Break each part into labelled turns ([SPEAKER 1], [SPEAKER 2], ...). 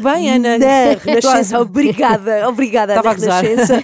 [SPEAKER 1] bem, Ana?
[SPEAKER 2] Da Renascença, obrigada, obrigada
[SPEAKER 1] Estava a
[SPEAKER 2] da
[SPEAKER 1] gozar.
[SPEAKER 2] Renascença.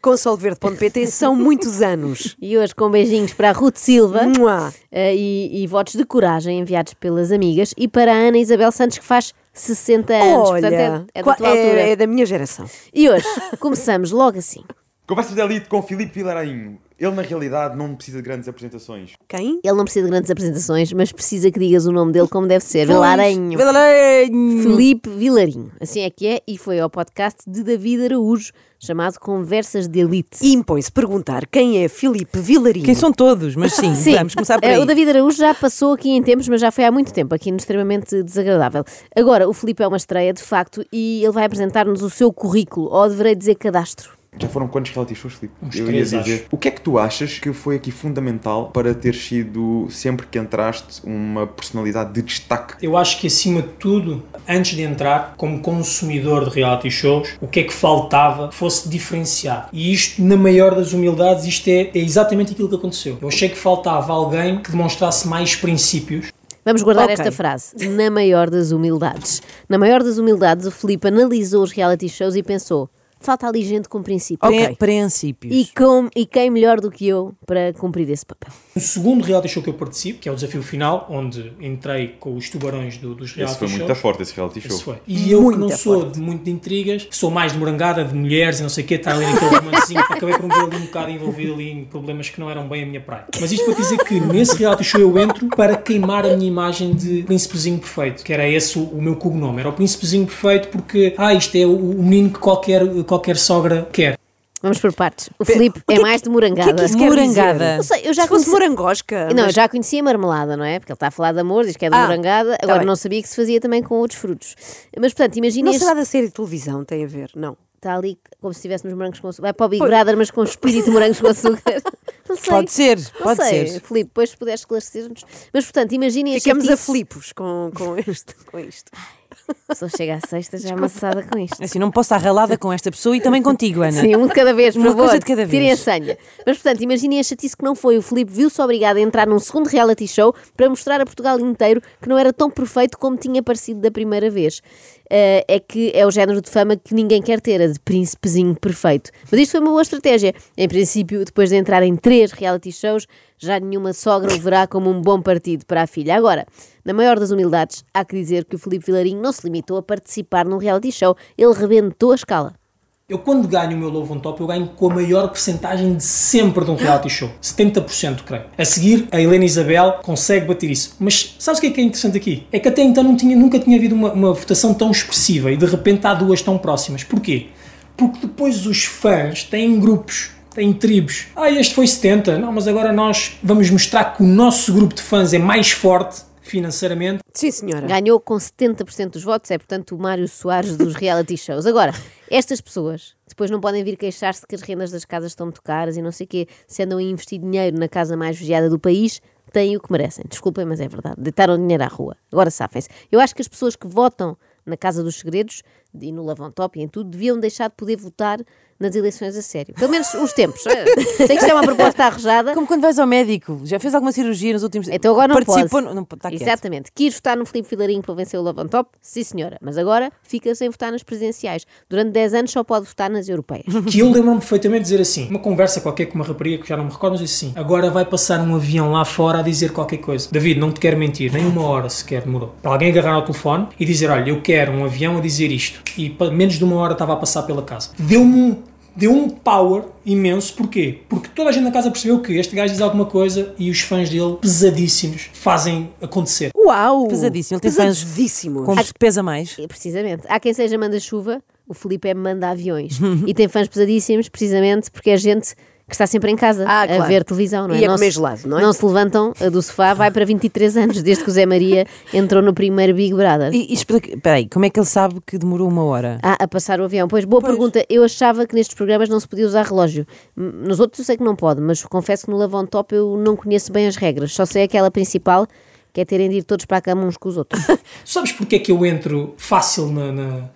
[SPEAKER 2] Com solverde.pt são muitos anos.
[SPEAKER 3] E hoje com beijinhos para a Ruth Silva
[SPEAKER 2] Mua.
[SPEAKER 3] eh, e, e votos de coragem enviados pelas amigas e para a Ana Isabel Santos que faz 60 anos.
[SPEAKER 2] Olha,
[SPEAKER 3] Portanto, é, é da
[SPEAKER 2] qua-
[SPEAKER 3] tua altura.
[SPEAKER 2] é da minha geração.
[SPEAKER 3] E hoje começamos logo assim.
[SPEAKER 4] Conversas de Elite com Filipe Vilarainho. Ele, na realidade, não precisa de grandes apresentações.
[SPEAKER 2] Quem?
[SPEAKER 3] Ele não precisa de grandes apresentações, mas precisa que digas o nome dele como deve ser. Vilarinho.
[SPEAKER 1] Vilarinho.
[SPEAKER 3] Felipe Vilarinho. Assim é que é, e foi ao podcast de David Araújo, chamado Conversas de Elite.
[SPEAKER 2] E Impõe-se perguntar quem é Filipe Vilarinho.
[SPEAKER 1] Quem são todos, mas sim, vamos começar por
[SPEAKER 3] Eh,
[SPEAKER 1] aí.
[SPEAKER 3] O David Araújo já passou aqui em tempos, mas já foi há muito tempo, aqui no extremamente desagradável. Agora, o Filipe é uma estreia, de facto, e ele vai apresentar-nos o seu currículo, ou deverei dizer cadastro.
[SPEAKER 4] Já foram quantos reality shows, Filipe?
[SPEAKER 5] Uns três, acho.
[SPEAKER 4] O que é que tu achas que foi aqui fundamental para ter sido, sempre que entraste, uma personalidade de destaque?
[SPEAKER 5] Eu acho que acima de tudo, antes de entrar como consumidor de reality shows, o que é que faltava que fosse diferenciar. E isto, na maior das humildades, isto é, é exatamente aquilo que aconteceu. Eu achei que faltava alguém que demonstrasse mais princípios.
[SPEAKER 3] Vamos guardar
[SPEAKER 2] Ok.
[SPEAKER 3] esta frase. Na maior das humildades. Na maior das humildades, o Filipe analisou os reality shows e pensou: falta ali gente com princípios.
[SPEAKER 1] Prin-
[SPEAKER 2] Ok.
[SPEAKER 1] Princípios.
[SPEAKER 3] E, com- e quem melhor do que eu para cumprir esse papel?
[SPEAKER 5] No segundo reality show que eu participo, que é o Desafio Final, onde entrei com os tubarões do- dos reality
[SPEAKER 4] Esse foi
[SPEAKER 5] shows.
[SPEAKER 4] muito forte, esse reality
[SPEAKER 5] Isso
[SPEAKER 4] show.
[SPEAKER 5] foi. E eu que não
[SPEAKER 2] Muita
[SPEAKER 5] sou de, muito de intrigas, sou mais de morangada, de mulheres e não sei o quê, está ali naquele romancezinho, acabei por me ver ali um bocado envolvido ali em problemas que não eram bem a minha praia. Mas isto para dizer que nesse reality show eu entro para queimar a minha imagem de príncipezinho perfeito, que era esse o, o meu cognome, era o príncipezinho perfeito porque, ah, isto é o, o menino que qualquer, qualquer sogra quer.
[SPEAKER 3] Vamos por partes. O Filipe é mais de
[SPEAKER 2] O que
[SPEAKER 3] morangada.
[SPEAKER 2] é que isso quer
[SPEAKER 1] Morangada.
[SPEAKER 2] dizer?
[SPEAKER 3] Não sei, eu já
[SPEAKER 2] Se fosse
[SPEAKER 3] conheci-
[SPEAKER 2] morangosca.
[SPEAKER 3] Não,
[SPEAKER 2] mas-
[SPEAKER 3] já conhecia marmelada, não é? Porque ele está a falar de amor, diz que é de
[SPEAKER 2] Ah,
[SPEAKER 3] morangada,
[SPEAKER 2] tá
[SPEAKER 3] agora
[SPEAKER 2] bem.
[SPEAKER 3] não sabia que se fazia também com outros frutos. Mas portanto, imagina
[SPEAKER 2] Não
[SPEAKER 3] este.
[SPEAKER 2] será da série de televisão, tem a ver, não.
[SPEAKER 3] Está Tá ali como se tivéssemos morangos com açúcar. Vai para o Big Brother, mas com um espírito de morangos com açúcar. Não sei.
[SPEAKER 1] Pode ser,
[SPEAKER 3] Não
[SPEAKER 1] pode
[SPEAKER 3] sei.
[SPEAKER 1] ser.
[SPEAKER 3] Filipe, depois se puderes esclarecer-nos. Mas portanto, imaginem este.
[SPEAKER 2] Ficamos a Filipos com, com, este, com isto.
[SPEAKER 3] Só chega à sexta já amassada com isto.
[SPEAKER 1] Assim, não posso estar ralada com esta pessoa e também contigo, Ana.
[SPEAKER 3] Sim, um de cada vez, por
[SPEAKER 1] Uma
[SPEAKER 3] favor.
[SPEAKER 1] coisa de cada vez.
[SPEAKER 3] Tirem a senha. Mas, portanto, imaginem a chatice que não foi. O Filipe viu-se obrigado a entrar num segundo reality show para mostrar a Portugal inteiro que não era tão perfeito como tinha parecido da primeira vez. Eh, é que é o género de fama que ninguém quer ter, a de príncipezinho perfeito. Mas isto foi uma boa estratégia. Em princípio, depois de entrar em três reality shows, já nenhuma sogra o verá como um bom partido para a filha. Agora, na maior das humildades, há que dizer que o Filipe Vilarinho não se limitou a participar num reality show. Ele rebentou a escala.
[SPEAKER 5] Eu quando ganho o meu Love on Top, eu ganho com a maior percentagem de sempre de um reality show. 70%, creio. A seguir, a Helena Isabel consegue bater isso. Mas sabes o que é que é interessante aqui? É que até então não tinha- nunca tinha havido uma, uma votação tão expressiva e de repente há duas tão próximas. Porquê? Porque depois os fãs têm grupos, têm tribos. Ah, este foi 70. Não, mas agora nós vamos mostrar que o nosso grupo de fãs é mais forte financeiramente
[SPEAKER 2] Sim, senhora.
[SPEAKER 3] Ganhou com 70% dos votos, é portanto o Mário Soares dos reality shows. Agora, estas pessoas depois não podem vir queixar-se que as rendas das casas estão muito caras e não sei o quê, se andam a investir dinheiro na casa mais vigiada do país, têm o que merecem. Desculpem, mas é verdade. Deitaram dinheiro à rua. Agora safem-se. Eu acho que as pessoas que votam na Casa dos Segredos e no Lavon Top e em tudo deviam deixar de poder votar nas eleições a sério. Pelo menos uns tempos. Sei que isto é uma proposta arrojada,
[SPEAKER 1] Como quando vais ao médico, já fez alguma cirurgia nos últimos
[SPEAKER 3] então agora não
[SPEAKER 1] Participou...
[SPEAKER 3] pode.
[SPEAKER 1] Não,
[SPEAKER 2] tá
[SPEAKER 1] está quieto.
[SPEAKER 3] Exatamente. Quis votar no Filipe Filarinho para vencer o Love on Top? Sim, senhora. Mas agora fica sem votar nas presidenciais. Durante 10 anos só pode votar nas europeias.
[SPEAKER 5] que eu lembro-me perfeitamente de dizer assim, uma conversa qualquer com uma rapariga que já não me recordo, mas disse assim, agora vai passar um avião lá fora a dizer qualquer coisa. David, não te quero mentir, nem uma hora sequer demorou. Para alguém agarrar o telefone e dizer, olha, eu quero um avião a dizer isto. E pa- menos de uma hora estava a passar pela casa. Deu-me um, deu um power imenso, porquê? Porque toda a gente na casa percebeu que este gajo diz alguma coisa e os fãs dele, pesadíssimos, fazem acontecer.
[SPEAKER 2] Uau!
[SPEAKER 1] Pesadíssimo. Ele tem fãs
[SPEAKER 2] Pesadíssimo.
[SPEAKER 1] com um pesa mais.
[SPEAKER 3] E, É, Precisamente. Há quem seja manda-chuva, o Filipe é manda-aviões. e tem fãs pesadíssimos, precisamente porque é gente que está sempre em casa
[SPEAKER 2] Ah,
[SPEAKER 3] a
[SPEAKER 2] claro.
[SPEAKER 3] ver televisão, não é?
[SPEAKER 2] E a
[SPEAKER 3] não
[SPEAKER 2] comer
[SPEAKER 3] se-
[SPEAKER 2] gelado, não é?
[SPEAKER 3] Não se levantam eh, do sofá, vai para 23 anos, desde que o Zé Maria entrou no primeiro Big Brother.
[SPEAKER 1] E, e explica... Peraí, como é que ele sabe que demorou uma hora?
[SPEAKER 3] Ah, a passar o avião. Pois, boa pergunta. Eu achava que nestes programas não se podia usar relógio. M- Nos outros eu sei que não pode, mas confesso que no Lavon Top eu não conheço bem as regras. Só sei aquela principal, que é terem de ir todos para a cama uns com os outros.
[SPEAKER 5] Sabes porque é que eu entro fácil na, na-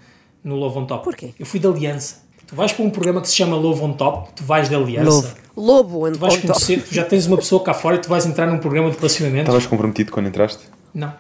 [SPEAKER 5] no Love on Top?
[SPEAKER 2] Porquê?
[SPEAKER 5] Eu fui de aliança. Tu vais para um programa que se chama Love on Top, tu vais de aliança.
[SPEAKER 1] Love.
[SPEAKER 2] Lobo and
[SPEAKER 5] Tu vais
[SPEAKER 2] on top. Tá
[SPEAKER 5] conhecer, tu já tens uma pessoa cá fora e tu vais entrar num programa de relacionamento?
[SPEAKER 4] Estavas comprometido quando entraste?
[SPEAKER 5] Não.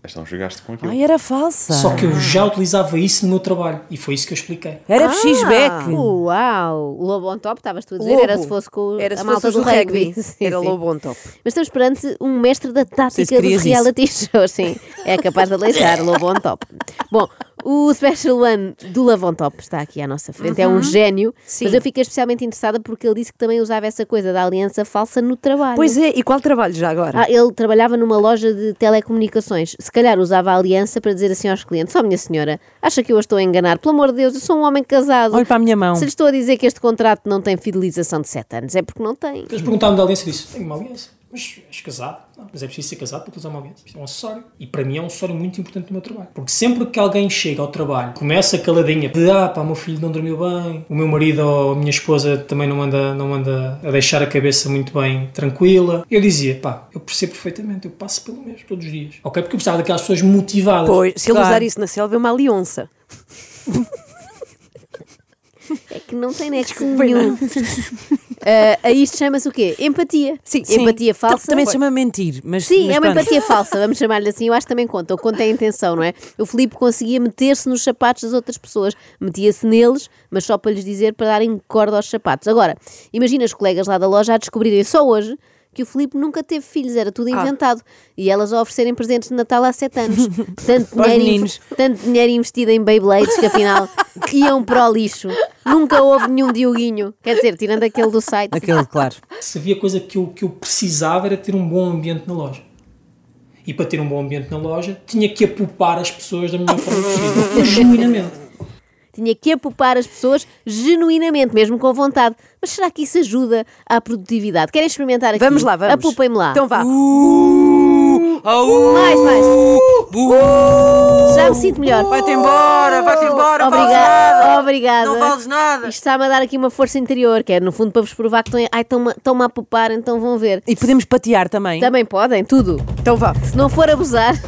[SPEAKER 4] Mas não jogaste com aquilo.
[SPEAKER 1] Ai, é. era falsa.
[SPEAKER 5] Só
[SPEAKER 2] Ah.
[SPEAKER 5] que eu já utilizava isso no meu trabalho e foi isso que eu expliquei.
[SPEAKER 1] Era
[SPEAKER 3] Ah!
[SPEAKER 1] X-Beck.
[SPEAKER 3] Uau! O Lobo on top, estavas tu a dizer,
[SPEAKER 2] Ah. Lobo.
[SPEAKER 3] era se fosse com
[SPEAKER 2] Era
[SPEAKER 3] a
[SPEAKER 2] se
[SPEAKER 3] malta
[SPEAKER 2] fosse
[SPEAKER 3] do
[SPEAKER 2] do
[SPEAKER 3] rugby.
[SPEAKER 2] rugby.
[SPEAKER 3] Sim,
[SPEAKER 2] Era
[SPEAKER 3] sim.
[SPEAKER 2] lobo on top.
[SPEAKER 3] Mas estamos perante um mestre da
[SPEAKER 1] Sei se
[SPEAKER 3] tática dos
[SPEAKER 1] querias
[SPEAKER 3] reality shows, sim. É capaz de aleijar, Lobo on top. Bom, o Special One do Love on Top está aqui à nossa frente, é um gênio,
[SPEAKER 2] Uhum. Sim.
[SPEAKER 3] mas eu fiquei especialmente interessada porque ele disse que também usava essa coisa da aliança falsa no trabalho.
[SPEAKER 2] Pois é, e qual trabalho já agora?
[SPEAKER 3] Ah, ele trabalhava numa loja de telecomunicações. Se calhar usava a aliança para dizer assim aos clientes: Ó, minha senhora, acha que eu a estou a enganar? Pelo amor de Deus, eu sou um homem casado.
[SPEAKER 1] Olhe para a minha mão.
[SPEAKER 3] Se lhe estou a dizer que este contrato não tem fidelização de 7 anos, é porque não tem.
[SPEAKER 5] Eles perguntaram da aliança e disse: Tenho uma aliança, mas és casado? Não, mas é preciso ser casado para utilizar uma aliança. Isto é um acessório. E para mim é um acessório muito importante no meu trabalho. Porque sempre que alguém chega ao trabalho, começa caladinha: de, Ah, pá, o meu filho não dormiu bem, o meu marido ou a minha esposa também não anda, não anda a deixar a cabeça muito bem tranquila. Eu dizia: Pá, eu percebo perfeitamente, eu passo pelo mesmo todos os dias. Ok? Porque eu precisava daquelas pessoas motivadas.
[SPEAKER 2] Pois, se ele
[SPEAKER 1] Claro.
[SPEAKER 2] usar isso na selva é uma aliança.
[SPEAKER 3] É que não tem nexo nenhum. Ah, a isto chama-se o quê? Empatia.
[SPEAKER 2] Sim,
[SPEAKER 3] empatia falsa.
[SPEAKER 1] Então, Também se chama mentir, mas.
[SPEAKER 3] Sim,
[SPEAKER 1] mas
[SPEAKER 3] é uma
[SPEAKER 1] pronto.
[SPEAKER 3] empatia falsa, vamos chamar-lhe assim. Eu acho que também conta, ou conta a intenção, não é? O Filipe conseguia meter-se nos sapatos das outras pessoas, metia-se neles, mas só para lhes dizer para darem corda aos sapatos. Agora, imagina os colegas lá da loja a descobrirem só hoje que o Filipe nunca teve filhos, era tudo
[SPEAKER 1] Ah.
[SPEAKER 3] inventado. E elas a oferecerem presentes de Natal há sete anos. Tanto
[SPEAKER 1] Para os
[SPEAKER 3] dinheiro,
[SPEAKER 1] meninos.
[SPEAKER 3] inv- tanto dinheiro investido em Beyblades que afinal iam para o lixo. Nunca houve nenhum Dioguinho. Quer dizer, tirando aquele do site.
[SPEAKER 1] Aquele, claro.
[SPEAKER 5] se havia coisa que eu, que eu precisava era ter um bom ambiente na loja. E para ter um bom ambiente na loja, tinha que apupar as pessoas da minha forma preferida, genuinamente.
[SPEAKER 3] Tinha que apupar as pessoas genuinamente, mesmo com vontade. Mas será que isso ajuda à produtividade? Querem experimentar aqui?
[SPEAKER 2] Vamos lá, vamos.
[SPEAKER 3] Apupem-me lá. Uh.
[SPEAKER 2] Então
[SPEAKER 1] Ah.
[SPEAKER 2] vá.
[SPEAKER 1] Uh!
[SPEAKER 3] mais, mais. Já me sinto melhor.
[SPEAKER 1] Vai-te embora, vai-te embora,
[SPEAKER 3] Obrigada, obrigada.
[SPEAKER 1] Não vales nada.
[SPEAKER 3] Isto está-me a dar aqui uma força interior, que é no fundo para vos provar que estão- ai, estão-me estão-me a apupar, então vão ver.
[SPEAKER 1] E podemos patear também.
[SPEAKER 3] Também podem, tudo.
[SPEAKER 2] Então vá.
[SPEAKER 3] Se não for abusar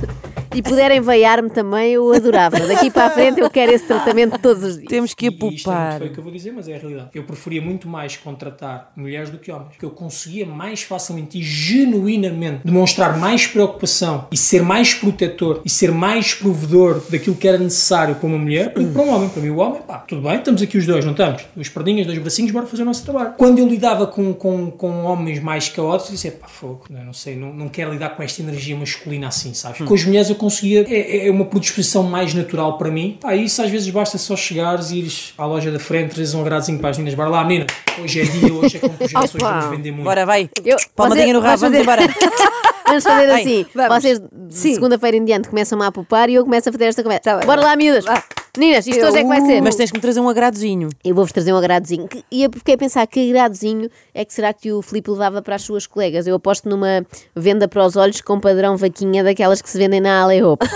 [SPEAKER 3] e puderem veiar-me também, eu adorava. Daqui para a frente eu quero esse tratamento todos os dias.
[SPEAKER 1] Temos que
[SPEAKER 5] E- e isto é muito
[SPEAKER 1] apupar.
[SPEAKER 5] feio o que eu vou dizer, mas é a realidade. Eu preferia muito mais contratar mulheres do que homens, porque eu conseguia mais facilmente e genuinamente demonstrar mais preocupação e ser mais protetor e ser mais provedor daquilo que era necessário para uma mulher do que para um homem. Para mim, o homem, pá, tudo bem, estamos aqui os dois, não estamos? Duas perninhas, dois bracinhos, bora fazer o nosso trabalho. Quando eu lidava com, com, com homens mais caóticos, eu dizia, pá, fogo, não, não sei, não, não quero lidar com esta energia masculina assim, sabes? Com as mulheres eu conseguia, é, é uma predisposição mais natural para mim. Pá, isso às vezes basta só chegares, ires à loja da frente, trazes um agradozinho para as meninas, bora lá, menina, hoje é dia, hoje é concujaço, hoje
[SPEAKER 2] Opa,
[SPEAKER 5] vamos vender muito.
[SPEAKER 1] Bora, vai.
[SPEAKER 3] Eu-
[SPEAKER 1] Palmadinha
[SPEAKER 3] Vocês-
[SPEAKER 1] no rabo, vamos
[SPEAKER 3] vocês-
[SPEAKER 1] embora.
[SPEAKER 3] Vamos fazer assim.
[SPEAKER 2] vamos.
[SPEAKER 3] Vocês de segunda-feira em diante começam a apupar e eu começo a fazer esta conversa.
[SPEAKER 2] Tá bem.
[SPEAKER 3] Bora lá, miúdas.
[SPEAKER 2] Vá.
[SPEAKER 3] Meninas, isto
[SPEAKER 2] Eu-
[SPEAKER 3] hoje é que vai ser.
[SPEAKER 1] Mas tens que me trazer um agradozinho.
[SPEAKER 3] Eu vou-vos trazer um agradozinho. Que- E eu fiquei a pensar que agradozinho é que será que o Filipe levava para as suas colegas. Eu aposto numa venda para os olhos com padrão vaquinha daquelas que se vendem na Alley Hope.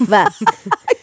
[SPEAKER 3] Vá.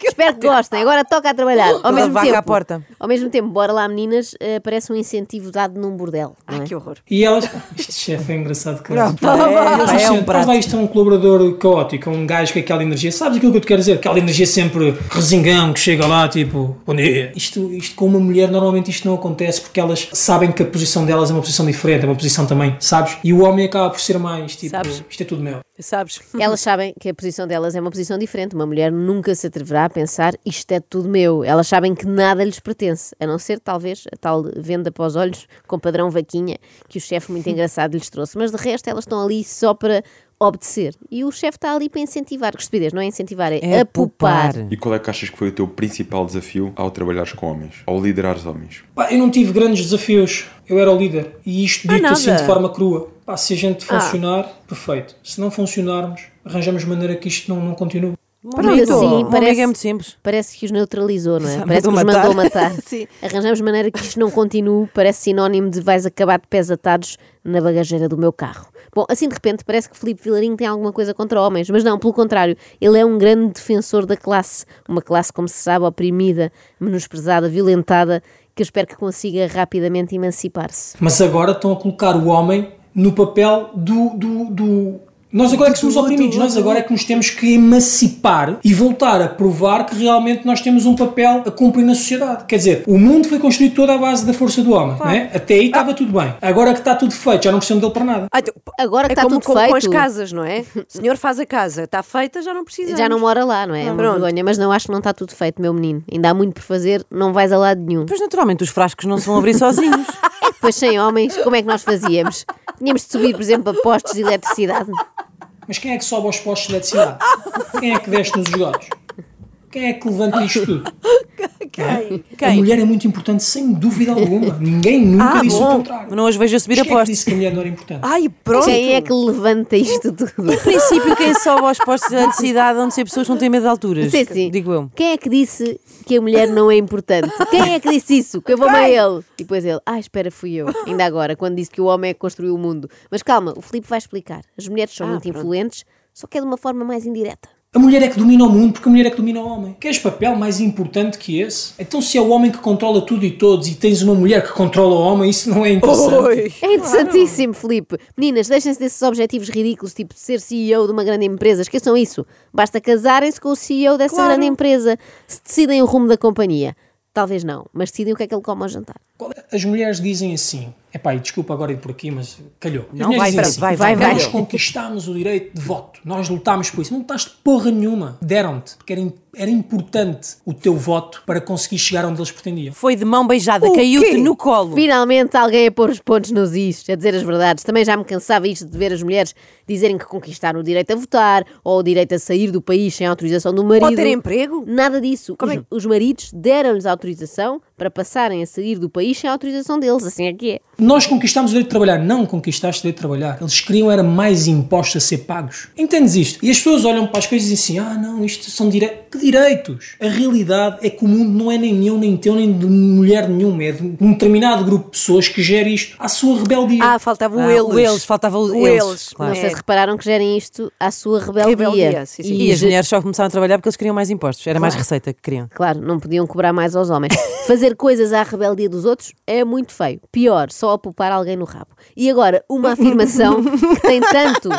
[SPEAKER 3] Espero que gostem. Agora toca a trabalhar. Ao
[SPEAKER 1] Toda
[SPEAKER 3] mesmo
[SPEAKER 1] vaca
[SPEAKER 3] tempo,
[SPEAKER 1] à porta.
[SPEAKER 3] Ao mesmo tempo, bora lá, meninas, eh, parece um incentivo dado num bordel. não é?
[SPEAKER 2] Ai, que horror.
[SPEAKER 5] E elas, este chefe é engraçado, cara.
[SPEAKER 1] Pá,
[SPEAKER 5] Mas
[SPEAKER 1] é um
[SPEAKER 5] Luciano, estás
[SPEAKER 1] prato.
[SPEAKER 5] lá, isto é um colaborador caótico, um gajo com aquela energia, sabes aquilo que eu te quero dizer? Aquela energia sempre resingão que chega lá, tipo, bom dia. Isto, isto com uma mulher, normalmente isto não acontece porque elas sabem que a posição delas é uma posição diferente, é uma posição também, sabes? E o homem acaba por ser mais, tipo,
[SPEAKER 2] Sabes?
[SPEAKER 5] isto é tudo meu.
[SPEAKER 2] Sabes?
[SPEAKER 3] Elas sabem que a posição delas é uma posição diferente. Uma mulher nunca se atreverá a pensar isto é tudo meu. Elas sabem que nada lhes pertence, a não ser talvez a tal venda para os olhos com padrão vaquinha que o chefe muito engraçado lhes trouxe. Mas de resto, elas estão ali só para obedecer. E o chefe está ali para incentivar. Que estupidez, não é incentivar, é,
[SPEAKER 1] É
[SPEAKER 3] apupar.
[SPEAKER 1] apupar.
[SPEAKER 4] E qual é que achas que foi o teu principal desafio ao trabalhares com homens? Ao liderares homens?
[SPEAKER 5] Pá, eu não tive grandes desafios, eu era o líder. E isto dito
[SPEAKER 2] Ah,
[SPEAKER 5] assim
[SPEAKER 2] nada.
[SPEAKER 5] de forma crua. Pá, se a gente
[SPEAKER 1] Ah.
[SPEAKER 5] funcionar, perfeito. Se não funcionarmos, arranjamos maneira que isto não, não continue.
[SPEAKER 1] Bonito.
[SPEAKER 3] assim,
[SPEAKER 1] Um amigo
[SPEAKER 3] parece-
[SPEAKER 1] é muito simples.
[SPEAKER 3] Parece que os neutralizou, não é?
[SPEAKER 1] Mandou
[SPEAKER 3] Parece que os
[SPEAKER 1] matar.
[SPEAKER 3] mandou matar.
[SPEAKER 2] Sim.
[SPEAKER 3] Arranjamos maneira que isto não continue, parece sinónimo de vais acabar de pés atados na bagageira do meu carro. Bom, assim de repente parece que Filipe Vilarinho tem alguma coisa contra homens, mas não, pelo contrário, ele é um grande defensor da classe. Uma classe, como se sabe, oprimida, menosprezada, violentada, que eu espero que consiga rapidamente emancipar-se.
[SPEAKER 5] Mas agora estão a colocar o homem no papel do, do, do Nós agora é que somos oprimidos, nós agora é que nos temos que emancipar e voltar a provar que realmente nós temos um papel a cumprir na sociedade. Quer dizer, o mundo foi construído toda à base da força do homem, não é? Até aí estava tudo bem. Agora que está tudo feito, já não precisamos dele para nada.
[SPEAKER 2] Ah, então,
[SPEAKER 3] Agora
[SPEAKER 2] é
[SPEAKER 3] que está
[SPEAKER 2] como
[SPEAKER 3] tudo
[SPEAKER 2] com, com
[SPEAKER 3] feito.
[SPEAKER 2] as casas, não é? O senhor faz a casa, está feita, já não precisa.
[SPEAKER 3] Já não mora lá, não é? É uma
[SPEAKER 2] Pronto.
[SPEAKER 3] vergonha, mas não acho que não está tudo feito, meu menino. Ainda há muito por fazer, não vais a lado nenhum.
[SPEAKER 1] Pois naturalmente os frascos não se vão abrir sozinhos.
[SPEAKER 3] É que depois sem homens, como é que nós fazíamos? Tínhamos de subir, por exemplo, a postos de eletricidade.
[SPEAKER 5] Mas quem é que sobe aos postos de eletricidade? Quem é que desce nos esgotos? Quem é que levanta isto tudo? A
[SPEAKER 1] Quem?
[SPEAKER 5] mulher é muito importante, sem dúvida alguma. Ninguém nunca
[SPEAKER 2] Ah,
[SPEAKER 5] disse
[SPEAKER 2] bom.
[SPEAKER 5] o contrário.
[SPEAKER 1] Não as vejo a subir
[SPEAKER 5] Mas
[SPEAKER 1] a
[SPEAKER 5] quem é que
[SPEAKER 1] postos.
[SPEAKER 5] disse que a mulher não era importante?
[SPEAKER 2] Ai, pronto.
[SPEAKER 3] Quem é que levanta isto tudo?
[SPEAKER 1] No princípio, quem sobe aos postos de eletricidade onde ser pessoas que não têm medo de alturas.
[SPEAKER 3] Sim, sim.
[SPEAKER 1] Digo eu.
[SPEAKER 3] Quem é que disse que a mulher não é importante? Quem é que disse isso? Que eu vou a ele. E depois ele, ah, espera, fui eu. Ainda agora, quando disse que o homem é que construiu o mundo. Mas calma, o Filipe vai explicar. As mulheres
[SPEAKER 1] Ah,
[SPEAKER 3] são muito influentes, só que é de uma forma mais indireta.
[SPEAKER 5] A mulher é que domina o mundo porque a mulher é que domina o homem. Queres papel mais importante que esse? Então, se é o homem que controla tudo e todos e tens uma mulher que controla o homem, isso não é interessante.
[SPEAKER 2] Oi.
[SPEAKER 3] É interessantíssimo, Filipe. Meninas, deixem-se desses objetivos ridículos, tipo ser CEO de uma grande empresa. Esqueçam isso. Basta casarem-se com o CEO dessa grande empresa. Se decidem o rumo da companhia. Talvez não, mas decidem o que é que ele come ao jantar.
[SPEAKER 5] Qual é- As mulheres dizem assim. Epá, e desculpa agora ir por aqui, mas calhou. As
[SPEAKER 1] Não,
[SPEAKER 5] mulheres
[SPEAKER 1] vai,
[SPEAKER 5] dizem assim,
[SPEAKER 1] Fran, vai,
[SPEAKER 3] vai, vai.
[SPEAKER 5] Nós conquistámos o direito de voto. Nós lutámos por isso. Não lutaste porra nenhuma. Deram-te. Porque era, im- era importante o teu voto para conseguir chegar onde eles pretendiam.
[SPEAKER 1] Foi de mão beijada,
[SPEAKER 2] O
[SPEAKER 1] caiu-te
[SPEAKER 2] quê?
[SPEAKER 1] no colo.
[SPEAKER 3] Finalmente alguém a pôr os pontos nos is, a dizer as verdades. Também já me cansava isto de ver as mulheres dizerem que conquistaram o direito a votar ou o direito a sair do país sem autorização do marido.
[SPEAKER 2] Pode ter emprego?
[SPEAKER 3] Nada disso. Os, os maridos deram-lhes autorização para passarem a sair do país sem autorização deles. Assim é que é.
[SPEAKER 5] Nós conquistámos o direito de trabalhar. Não conquistaste o direito de trabalhar. Eles queriam era mais impostos a ser pagos. Entendes isto? E as pessoas olham para as coisas e dizem assim, ah não, isto são direitos. Que direitos? A realidade é que o mundo não é nem meu, nem teu, nem de mulher nenhuma. É de um determinado grupo de pessoas que gera isto à sua rebeldia.
[SPEAKER 2] Ah, faltava o
[SPEAKER 1] Ah,
[SPEAKER 2] eles.
[SPEAKER 1] o eles, faltava o eles, claro.
[SPEAKER 3] Não sei
[SPEAKER 2] É.
[SPEAKER 3] se repararam que gerem isto à sua rebeldia.
[SPEAKER 2] Rebeldia, sim, sim.
[SPEAKER 1] E as
[SPEAKER 3] ge-
[SPEAKER 1] mulheres só começaram a trabalhar porque eles queriam mais impostos. Era mais receita que queriam.
[SPEAKER 3] Claro, não podiam cobrar mais aos homens. Fazer coisas à rebeldia dos outros é muito feio. Pior, só a poupar alguém no rabo. E agora, uma afirmação que tem tanto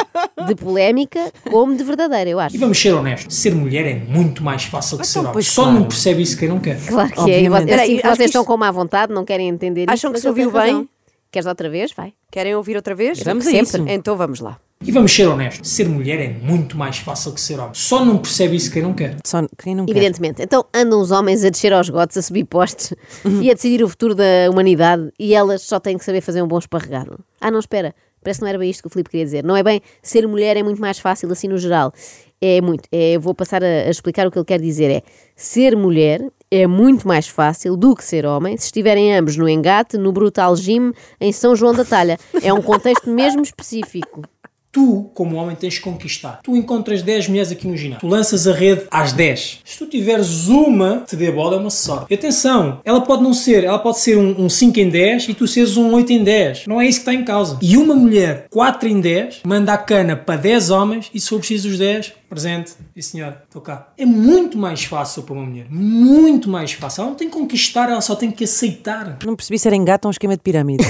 [SPEAKER 3] de polémica como de verdadeira, eu acho.
[SPEAKER 5] E vamos ser honestos, ser mulher é muito mais fácil que ser homem.
[SPEAKER 1] então, pois
[SPEAKER 5] Só
[SPEAKER 1] claro.
[SPEAKER 5] não percebe isso quem não quer.
[SPEAKER 3] Claro que é.
[SPEAKER 1] Obviamente.
[SPEAKER 3] E vo-
[SPEAKER 2] Peraí,
[SPEAKER 3] assim que
[SPEAKER 2] acho
[SPEAKER 3] vocês
[SPEAKER 2] que
[SPEAKER 3] estão
[SPEAKER 2] isto-
[SPEAKER 3] com má vontade, não querem entender
[SPEAKER 2] Acham
[SPEAKER 3] isso,
[SPEAKER 2] que
[SPEAKER 3] mas
[SPEAKER 2] se
[SPEAKER 3] ele tem
[SPEAKER 2] ouviu
[SPEAKER 3] razão.
[SPEAKER 2] bem?
[SPEAKER 3] Queres outra vez? Vai.
[SPEAKER 2] Querem ouvir outra vez?
[SPEAKER 1] Vamos a
[SPEAKER 2] Sempre.
[SPEAKER 1] isso.
[SPEAKER 2] Então vamos lá.
[SPEAKER 5] E vamos ser honestos, ser mulher é muito mais fácil que ser homem. Só não percebe isso quem não quer.
[SPEAKER 1] Só quem não quer.
[SPEAKER 3] Evidentemente. Então andam os homens a descer aos gotos, a subir postes e a decidir o futuro da humanidade e elas só têm que saber fazer um bom esparregado. Ah, não, espera. Parece que não era bem isto que o Filipe queria dizer. Não é bem ser mulher é muito mais fácil assim no geral. É muito. É, eu vou passar a, a explicar o que ele quer dizer. É ser mulher é muito mais fácil do que ser homem se estiverem ambos no engate, no brutal gym, em São João da Talha. É um contexto mesmo específico.
[SPEAKER 5] Tu, como homem, tens que conquistar. Tu encontras 10 mulheres aqui no ginásio. Tu lanças a rede às 10. Se tu tiveres uma, que te dê bola, é uma sorte. E atenção, ela pode não ser, ela pode ser um, um 5 em 10 e tu seres um 8 em 10. Não é isso que está em causa. E uma mulher, 4 em 10, manda a cana para 10 homens e se for preciso os 10, presente. E senhora, estou cá. É muito mais fácil para uma mulher. Muito mais fácil. Ela não tem que conquistar, ela só tem que aceitar.
[SPEAKER 1] Não percebi se era engata ou um esquema de pirâmide.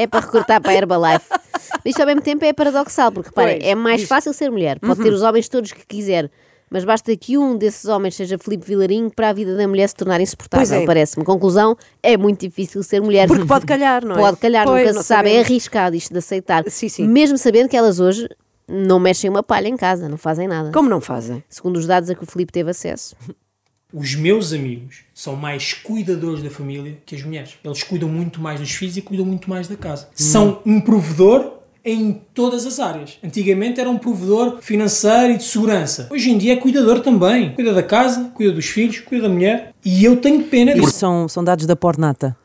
[SPEAKER 3] é para recortar para a Herbalife. Mas isto ao mesmo tempo é paradoxal, porque reparem,
[SPEAKER 2] Pois, Uhum.
[SPEAKER 3] é mais fácil ser mulher. Pode ter os homens todos que quiser. Mas basta que um desses homens seja Filipe Vilarinho para a vida da mulher se tornar
[SPEAKER 2] Pois
[SPEAKER 3] insuportável,
[SPEAKER 2] é.
[SPEAKER 3] parece-me. Conclusão, é muito difícil ser mulher.
[SPEAKER 2] Porque pode calhar, não é?
[SPEAKER 3] Pode calhar,
[SPEAKER 2] Pois,
[SPEAKER 3] nunca
[SPEAKER 2] não
[SPEAKER 3] se sabe. É
[SPEAKER 2] sabemos.
[SPEAKER 3] arriscado isto de aceitar.
[SPEAKER 2] Sim, sim.
[SPEAKER 3] Mesmo sabendo que elas hoje não mexem uma palha em casa, não fazem nada.
[SPEAKER 2] Como não fazem?
[SPEAKER 3] Segundo os dados a que o Filipe teve acesso.
[SPEAKER 5] Os meus amigos são mais cuidadores da família que as mulheres. Eles cuidam muito mais dos filhos e cuidam muito mais da casa. São um provedor em todas as áreas. Antigamente era um provedor financeiro e de segurança. Hoje em dia é cuidador também. Cuida da casa, cuida dos filhos, cuida da mulher. E eu tenho pena
[SPEAKER 1] Isto
[SPEAKER 5] disso.
[SPEAKER 1] são, são dados da pornata.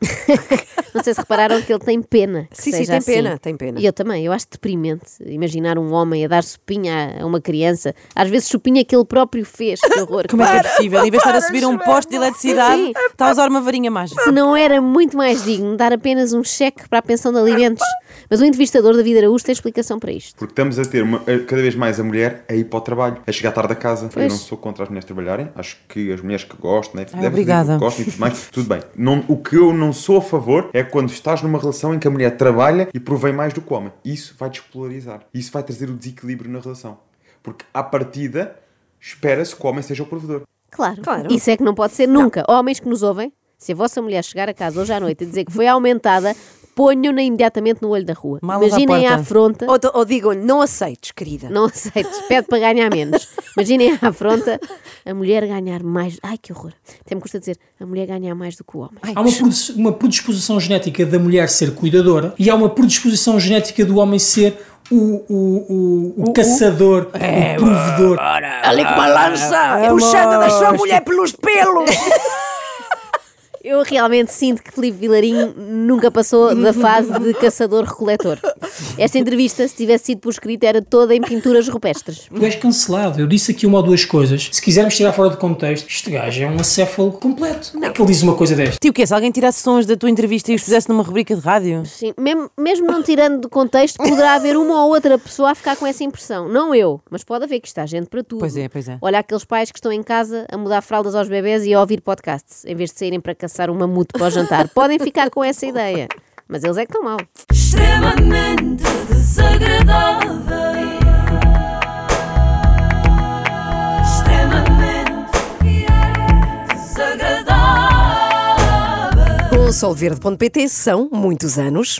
[SPEAKER 3] Não sei se repararam que ele tem pena. que
[SPEAKER 2] Sim, sim,
[SPEAKER 3] seja
[SPEAKER 2] tem
[SPEAKER 3] assim.
[SPEAKER 2] pena, tem pena.
[SPEAKER 3] E eu também, eu acho deprimente imaginar um homem a dar supinha a uma criança, às vezes supinha que ele próprio fez. Que horror.
[SPEAKER 1] Como é que é possível? Em vez de estar a subir um poste de eletricidade,
[SPEAKER 3] Sim.
[SPEAKER 1] está a usar uma varinha mágica.
[SPEAKER 3] Se não era muito mais digno dar apenas um cheque para a pensão de alimentos. Mas o entrevistador David Araújo tem explicação para isto.
[SPEAKER 4] Porque estamos a ter uma- a- cada vez mais a mulher a ir para o trabalho, a chegar tarde a casa.
[SPEAKER 3] Pois.
[SPEAKER 4] Eu não sou contra as mulheres trabalharem, acho que as mulheres que gostam, né,
[SPEAKER 1] obrigada.
[SPEAKER 4] fazer o que gostam e tudo mais, tudo bem. Não- o que eu não sou a favor é quando estás numa relação em que a mulher trabalha e provém mais do que o homem. Isso vai despolarizar. Isso vai trazer o desequilíbrio na relação. Porque, à partida, espera-se que o homem seja o provedor.
[SPEAKER 3] Claro.
[SPEAKER 2] Claro.
[SPEAKER 3] Isso é que não pode ser nunca. Homens que nos ouvem, se a vossa mulher chegar a casa hoje à noite e dizer que foi aumentada, ponham-na imediatamente no olho da rua.
[SPEAKER 1] Malas à
[SPEAKER 3] Imaginem a
[SPEAKER 1] porta.
[SPEAKER 3] afronta.
[SPEAKER 2] Ou, ou digam-lhe, não aceites, querida.
[SPEAKER 3] Não aceites, pede para ganhar menos. Imaginem a afronta a mulher ganhar mais. Ai que horror! Até me custa dizer a mulher ganhar mais do que o homem.
[SPEAKER 5] Há uma, predis- uma predisposição genética da mulher ser cuidadora e há uma predisposição genética do homem ser o, o, o, É, o caçador, o provedor.
[SPEAKER 2] Ali com uma lança, puxando é da sua mulher pelos pelos.
[SPEAKER 3] Eu realmente sinto que Filipe Vilarinho nunca passou da fase de caçador-recoletor. Esta entrevista, se tivesse sido por escrito, era toda em pinturas rupestres.
[SPEAKER 5] Tu és cancelado. Eu disse aqui uma ou duas coisas. Se quisermos tirar fora de contexto, este gajo é um acéfalo completo. Como é que ele diz uma coisa desta?
[SPEAKER 1] Tipo, o quê? Se alguém tirasse sons da tua entrevista e os fizesse numa rubrica de rádio?
[SPEAKER 3] Sim, mesmo, mesmo não tirando do contexto, poderá haver uma ou outra pessoa a ficar com essa impressão. Não eu, mas pode haver que está gente para tudo.
[SPEAKER 1] Pois é, pois é.
[SPEAKER 3] Olha aqueles pais que estão em casa a mudar fraldas aos bebés e a ouvir podcasts, em vez de saírem para caçar um mamute para o jantar. Podem ficar com essa ideia. Mas eles é que estão mal.
[SPEAKER 6] extremamente desagradável. Extremamente desagradável.
[SPEAKER 2] Com Solverde.pt são muitos anos.